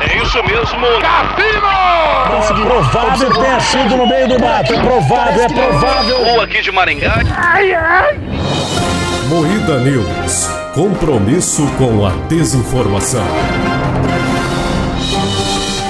É Isso mesmo, Cassino! Conseguiu. Provável que tenha sido no meio do mato. É provável, é provável. Ou aqui de Maringá. Moída News. Compromisso com a desinformação.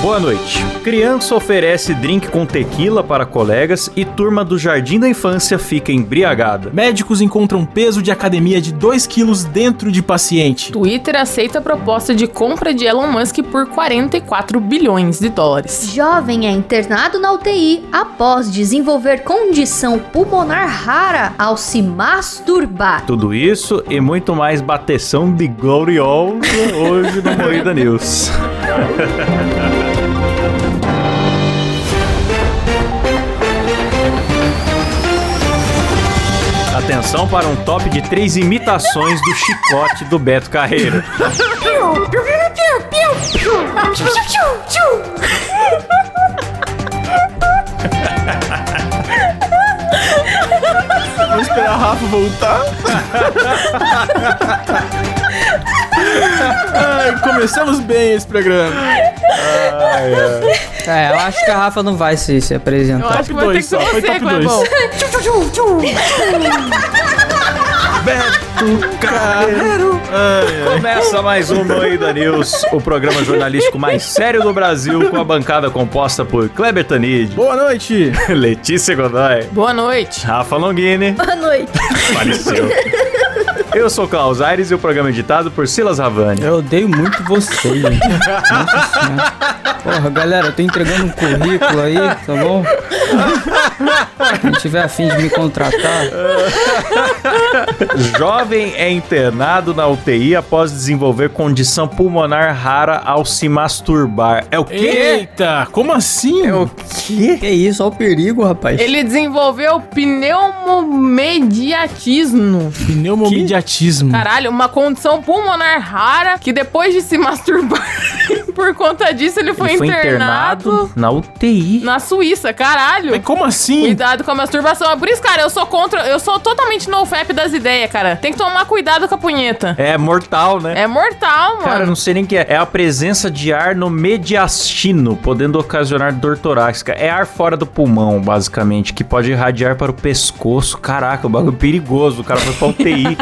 Boa noite. Criança oferece drink com tequila para colegas e turma do Jardim da Infância fica embriagada. Médicos encontram peso de academia de 2 quilos dentro de paciente. Twitter aceita a proposta de compra de Elon Musk por 44 bilhões de dólares. Jovem é internado na UTI após desenvolver condição pulmonar rara ao se masturbar. Tudo isso e muito mais bateção de gloriol hoje no Moída News. Atenção para um top de três imitações do chicote do Beto Carreiro. Vamos esperar a Rafa voltar. Ai, começamos bem esse programa. É, eu acho que a Rafa não vai se, se Eu apresentar. acho que vai ter que dois ser só, foi você, top Clebão. Beto Carreiro. Começa mais um Moída News, o programa jornalístico mais sério do Brasil, com a bancada composta por Kleber Tanid, Boa noite. Letícia Godoy, Boa noite. Rafa Longini, Boa noite. apareceu. Eu sou Klaus Aires e o programa é editado por Silas Ravani. Eu odeio muito você, gente. Nossa Senhora. Porra, galera, eu tô entregando um currículo aí, tá bom? Quem tiver afim de me contratar, Jovem é internado na UTI após desenvolver condição pulmonar rara ao se masturbar. É o quê? Eita, como assim? É o quê? que isso, olha o perigo, rapaz. Ele desenvolveu pneumomediatismo. Pneumomediatismo. Caralho, uma condição pulmonar rara que depois de se masturbar por conta disso, ele foi, Ele foi internado, internado na UTI. na Suíça. Caralho. Mas como assim? Cuidado com a masturbação. É por isso, cara, eu sou contra. Eu sou totalmente no fap das ideias, cara. Tem que tomar cuidado com a punheta. É mortal, né? É mortal, mano. Cara, eu não sei nem o que é. É a presença de ar no mediastino, podendo ocasionar dor torácica. É ar fora do pulmão, basicamente, que pode irradiar para o pescoço. Caraca, o bagulho é perigoso. O cara foi pra UTI.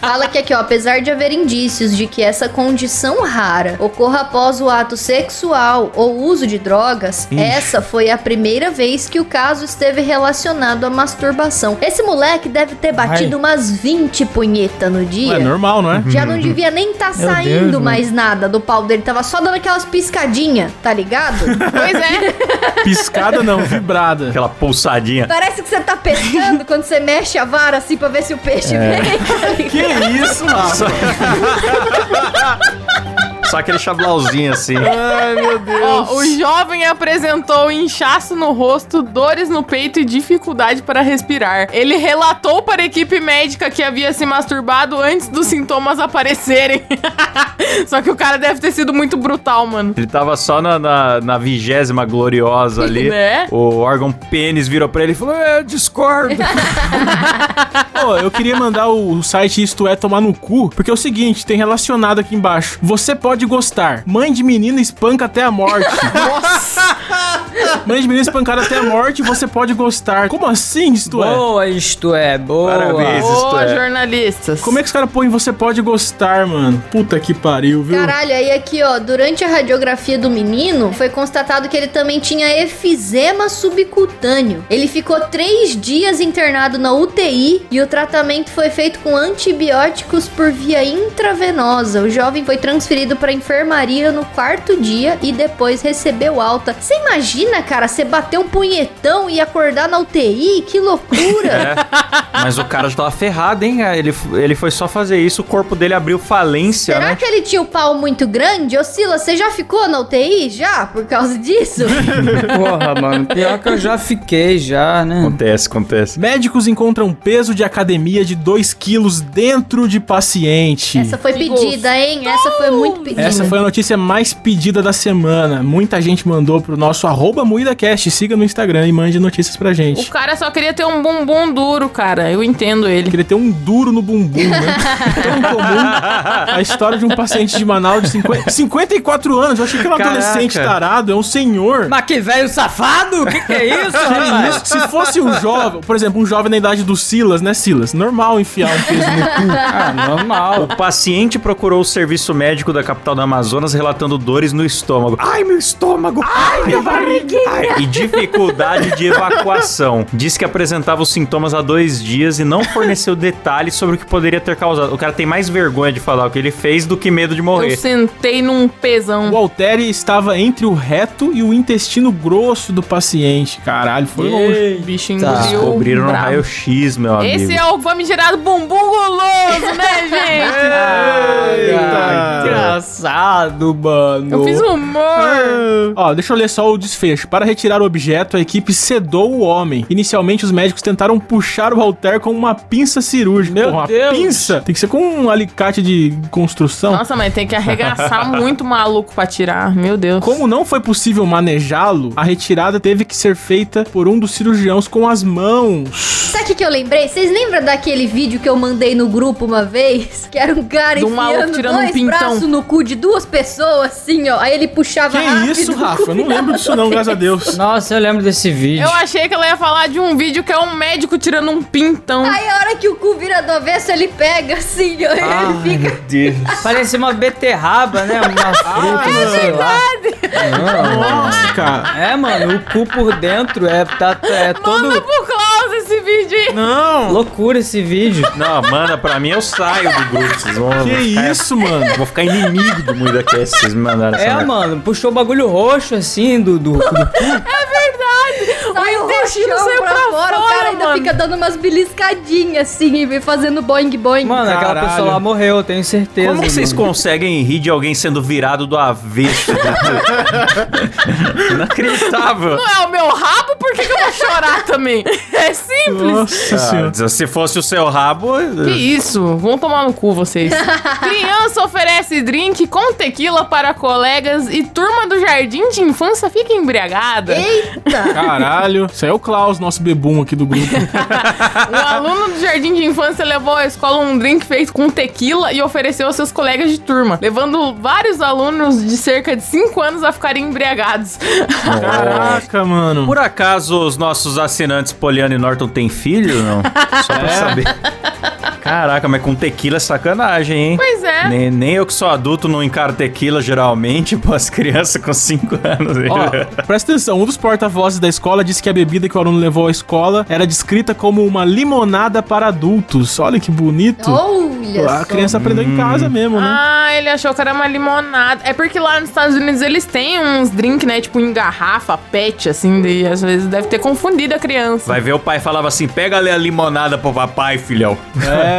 Fala que aqui, ó, apesar de haver indícios de que essa condição rara ocorra após o ato sexual ou uso de drogas, Ixi. essa foi a primeira vez que o caso esteve relacionado à masturbação. Esse moleque deve ter batido umas 20 punheta no dia. É normal, não é? Já não devia nem tá Uhum. Meu saindo Deus, mais nada do pau dele, tava só dando aquelas piscadinhas, tá ligado? Pois é. Piscada não, vibrada. Aquela pulsadinha. Parece que você tá pescando quando você mexe a vara assim pra ver se o peixe É. vem. tá ligado? Que isso, Rafa? Só aquele chablauzinho assim. Ai, meu Deus. Ó, o jovem apresentou um inchaço no rosto, dores no peito e dificuldade para respirar. Ele relatou para a equipe médica que havia se masturbado antes dos sintomas aparecerem. Só que o cara deve ter sido muito brutal, mano. Ele tava só na, na, na vigésima gloriosa ali. Né? O órgão pênis virou pra ele e falou: É, eu discordo. Pô, eu queria mandar o o site Isto É Tomar no Cu, porque é o seguinte, tem relacionado aqui embaixo. Você pode gostar. Mãe de menina espanca até a morte. Nossa! Mãe de menina espancada até a morte, você pode gostar. Como assim, Isto É? Boa, isto é, boa. Parabéns. Isso Ô, é. jornalistas. Como é que os caras põem você pode gostar, mano? Puta que pariu, viu? Caralho, aí aqui, ó, durante a radiografia do menino, foi constatado que ele também tinha efizema subcutâneo. Ele ficou três dias internado na UTI e o tratamento foi feito com antibióticos por via intravenosa. O jovem foi transferido pra enfermaria no quarto dia e depois recebeu alta. Você imagina, cara, você bater um punhetão e acordar na UTI? Que loucura! Mas o cara já tava ferrado, hein? É, Ele, ele foi só fazer isso, o corpo dele abriu falência, Será né? que ele tinha o pau muito grande? Ô, Sila, você já ficou na UTI? Já? Por causa disso? Porra, mano, pior que eu já fiquei já, né? Acontece, acontece. Médicos encontram peso de academia de 2 quilos dentro de paciente. Essa foi Perigoso. pedida, hein? Essa foi muito pedida. Essa foi a notícia mais pedida da semana. Muita gente mandou pro nosso arroba MoídaCast. Siga no Instagram e mande notícias pra O gente. cara só queria ter um bumbum duro, cara. Eu entendo ele. Queria ter um duro no bumbum, né? Tão comum. A história de um paciente de Manaus de 50 54 anos. Eu achei que era um Caraca. adolescente tarado, é um senhor. Mas que velho safado? Que que é isso, Que rapaz? isso? Se fosse um jovem, por exemplo, um jovem na idade do Silas, né, Silas? Normal enfiar um peso no cu. Ah, normal. O paciente procurou o serviço médico da capital do Amazonas relatando dores no estômago. Ai, meu estômago! Ai, minha barriguinha! e dificuldade de evacuação. Diz que apresentava os sintomas há dois dias e não forneceu detalhes sobre o que poderia ter causado. O cara tem mais vergonha de falar o que ele fez do que medo de Eu morrer. sentei num pesão. O Alteri estava entre o reto e o intestino grosso do paciente. Caralho, foi longe. O bicho engoliu. Tá, Descobriram no brabo. raio-x, meu amigo. Esse é o famigerado bumbum guloso, né, gente? Eita. Engraçado, mano. Eu fiz humor. Ó, deixa eu ler só o desfecho. Para retirar o objeto, a equipe sedou o homem. Inicialmente, os médicos tentaram puxar o Alter com uma pinça cirúrgica. Meu uma Deus. pinça? Tem que ser com um alicate de construção. Nossa, mas tem que arregaçar muito maluco pra tirar. Meu Deus. Como não foi possível manejá-lo, a retirada teve que ser feita por um dos cirurgiãos com as mãos. Sabe o que que eu lembrei? Vocês lembram daquele vídeo que eu mandei no grupo uma vez? Que era um cara Do maluco enfiando tirando um dois pintão. braços no cu de duas pessoas, assim, ó. Aí ele puxava Que rápido. isso, Rafa? Eu não lembro disso não, graças a Deus. um- Nossa, eu lembro desse vídeo. Eu achei que ela ia falar de um vídeo que é um médico tirando um pintão. Aí a hora que o cu vira do avesso, ele pega, assim, ó. e Ah. ele fica... Parecia uma beterraba, né? Uma fruta, sei lá. Nossa, cara. É, mano, o cu por dentro é, tá, é Manda todo... pro Klaus esse vídeo aí. Não! Loucura esse vídeo. Não, manda pra mim, eu saio do grupo. Vocês vão Que ficar- isso, mano? Vou ficar inimigo do mundo aqui, se vocês me mandaram essa É, merda. mano, puxou o bagulho roxo, assim, do... do, do- Sai o intestino roxão saiu pra pra fora, o fora, cara ainda mano. fica dando umas beliscadinhas, assim, e fazendo boing-boing. Mano, aquela Caralho. pessoa lá morreu, eu tenho certeza. Como que vocês mano. conseguem rir de alguém sendo virado do avesso? Inacreditável. Não é o meu rabo, por que, que eu vou chorar também? É simples. Nossa senhora. Ah, se fosse o seu rabo. eh, Que isso? Vão tomar no cu vocês. Criança oferece drink com tequila para colegas e turma do jardim de infância fica embriagada. Eita! Caralho. Isso aí é o Klaus, nosso bebum aqui do grupo. Um aluno do jardim de infância levou à escola um drink feito com tequila e ofereceu aos seus colegas de turma, levando vários alunos de cerca de 5 anos a ficarem embriagados. Caraca, mano. Por acaso os nossos assinantes Poliano e Norton têm filho? Não? Só pra saber. Caraca, mas com tequila é sacanagem, hein? Pois é. Nem, nem eu que sou adulto não encaro tequila geralmente, pô, as crianças com 5 anos. Ó, presta atenção, um dos porta-vozes da escola disse que a bebida que o aluno levou à escola era descrita como uma limonada para adultos. Olha que bonito. Olha a só. criança aprendeu em casa mesmo, né? Ah, ele achou que era uma limonada. É porque lá nos Estados Unidos eles têm uns drinks, né? Tipo em garrafa, pet, assim, daí às vezes deve ter confundido a criança. Vai ver o pai falava assim: pega ali a limonada pro papai, filhão. É,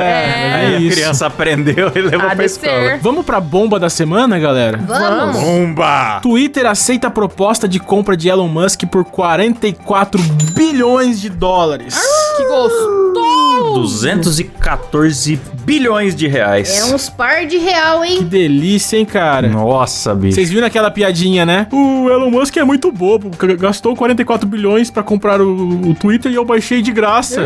Aí é a isso. criança aprendeu e levou Ah, pra deve escola. ser. Vamos pra bomba da semana, galera? Vamos. Bomba! Twitter aceita a proposta de compra de Elon Musk por 44 bilhões de dólares. Ah. Que gostoso! 214 bilhões de reais. É uns par de real, Que hein? delícia, hein, cara? Nossa, bicho. Vocês viram aquela piadinha, né? O Elon Musk é muito bobo, g- gastou 44 bilhões pra comprar o, o Twitter e eu baixei de graça.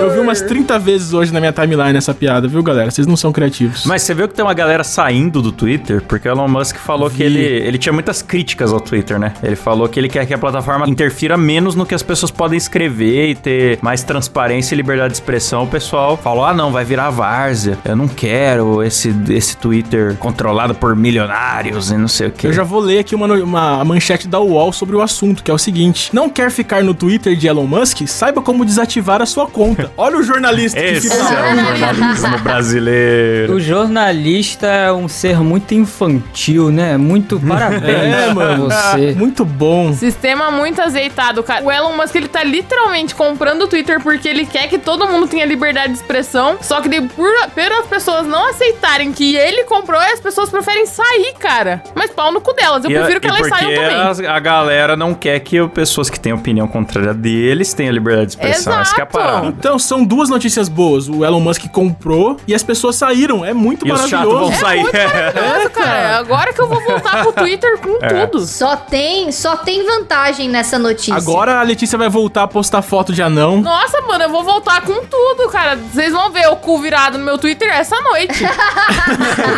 eu vi umas 30 vezes hoje na minha timeline essa piada, viu, galera? Vocês não são criativos. Mas você viu que tem uma galera saindo do Twitter? Porque o Elon Musk falou que ele, ele tinha muitas críticas ao Twitter, né? Ele falou que ele quer que a plataforma interfira menos no que as pessoas podem escrever e ter mais transparência e liberdade de expressão. O pessoal falou: ah, não, vai virar várzea. Eu não quero esse, esse Twitter controlado por milionários e não sei o quê. Eu já vou ler aqui uma, no- uma manchete da UOL sobre o assunto, que é o seguinte: Não quer ficar no Twitter de Elon Musk? Saiba como desativar a sua conta. Olha o jornalista que Esse fica é o jornalismo brasileiro. O jornalista é um ser muito infantil, né? Muito parabéns É, pra mano. você. Muito bom. Sistema muito azeitado, cara. O Elon Musk, ele tá literalmente comprando o Twitter porque ele quer que todo mundo tenha liberdade de expressão. Só que daí, por, por as pessoas não aceitarem que ele comprou, as pessoas preferem sair, cara. Mas pau no cu delas. Eu E a- prefiro que e elas porque saiam também. as- a galera não quer que eu- pessoas que têm opinião contrária deles tenham liberdade de expressão. Essa que é a Exato. parada. Então, são duas notícias boas. O Elon Musk comprou e as pessoas saíram. É muito E os chatos vão maravilhoso. sair. Nossa, cara, agora que eu vou voltar pro Twitter com tudo. Só tem, só tem vantagem nessa notícia. Agora a Letícia vai voltar a postar foto de anão. Nossa, mano, eu vou voltar com tudo, cara. Vocês vão ver o cu virado no meu Twitter essa noite.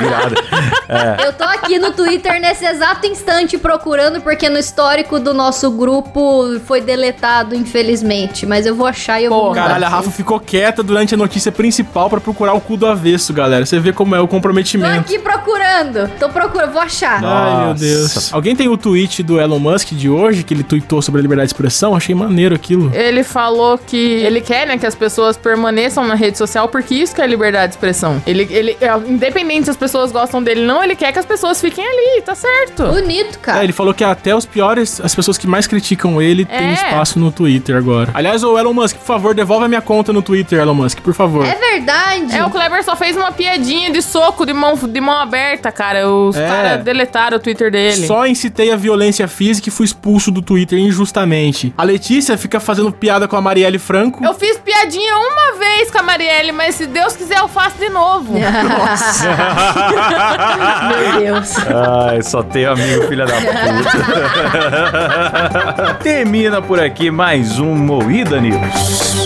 Virado. Eu tô aqui no Twitter nesse exato instante procurando, porque no histórico do nosso grupo foi deletado, infelizmente. Mas eu vou achar e eu vou. mandar. Caralho, a Rafa ficou quieta durante a notícia principal pra procurar o cu do avesso, galera. Você vê como é o Tô comprometimento. aqui procurando. Tô procurando, vou achar. Ai, meu Nossa. Deus. Alguém tem o tweet do Elon Musk de hoje, que ele tweetou sobre a liberdade de expressão? Achei maneiro aquilo. Ele falou que ele quer, né, que as pessoas permaneçam na rede social porque isso que é liberdade de expressão. Ele, ele é, independente se as pessoas gostam dele ou não, ele quer que as pessoas fiquem ali, tá certo. Bonito, É, cara. ele falou que até os piores, as pessoas que mais criticam ele, É. têm espaço no Twitter agora. Aliás, ô Elon Musk, por favor, devolve a minha conta no Twitter, Elon Musk, por favor. É verdade. É, o Kleber só fez uma piadinha de soco de mão, de mão aberta, cara. Os É. caras deletaram o Twitter dele. Só incitei a violência física e fui expulso do Twitter injustamente. A Letícia fica fazendo piada com a Marielle Franco. Eu fiz piadinha uma vez com a Marielle, mas se Deus quiser eu faço de novo. Meu Deus. Ai, só tenho amigo, filha da puta. Termina por aqui mais um Moída News.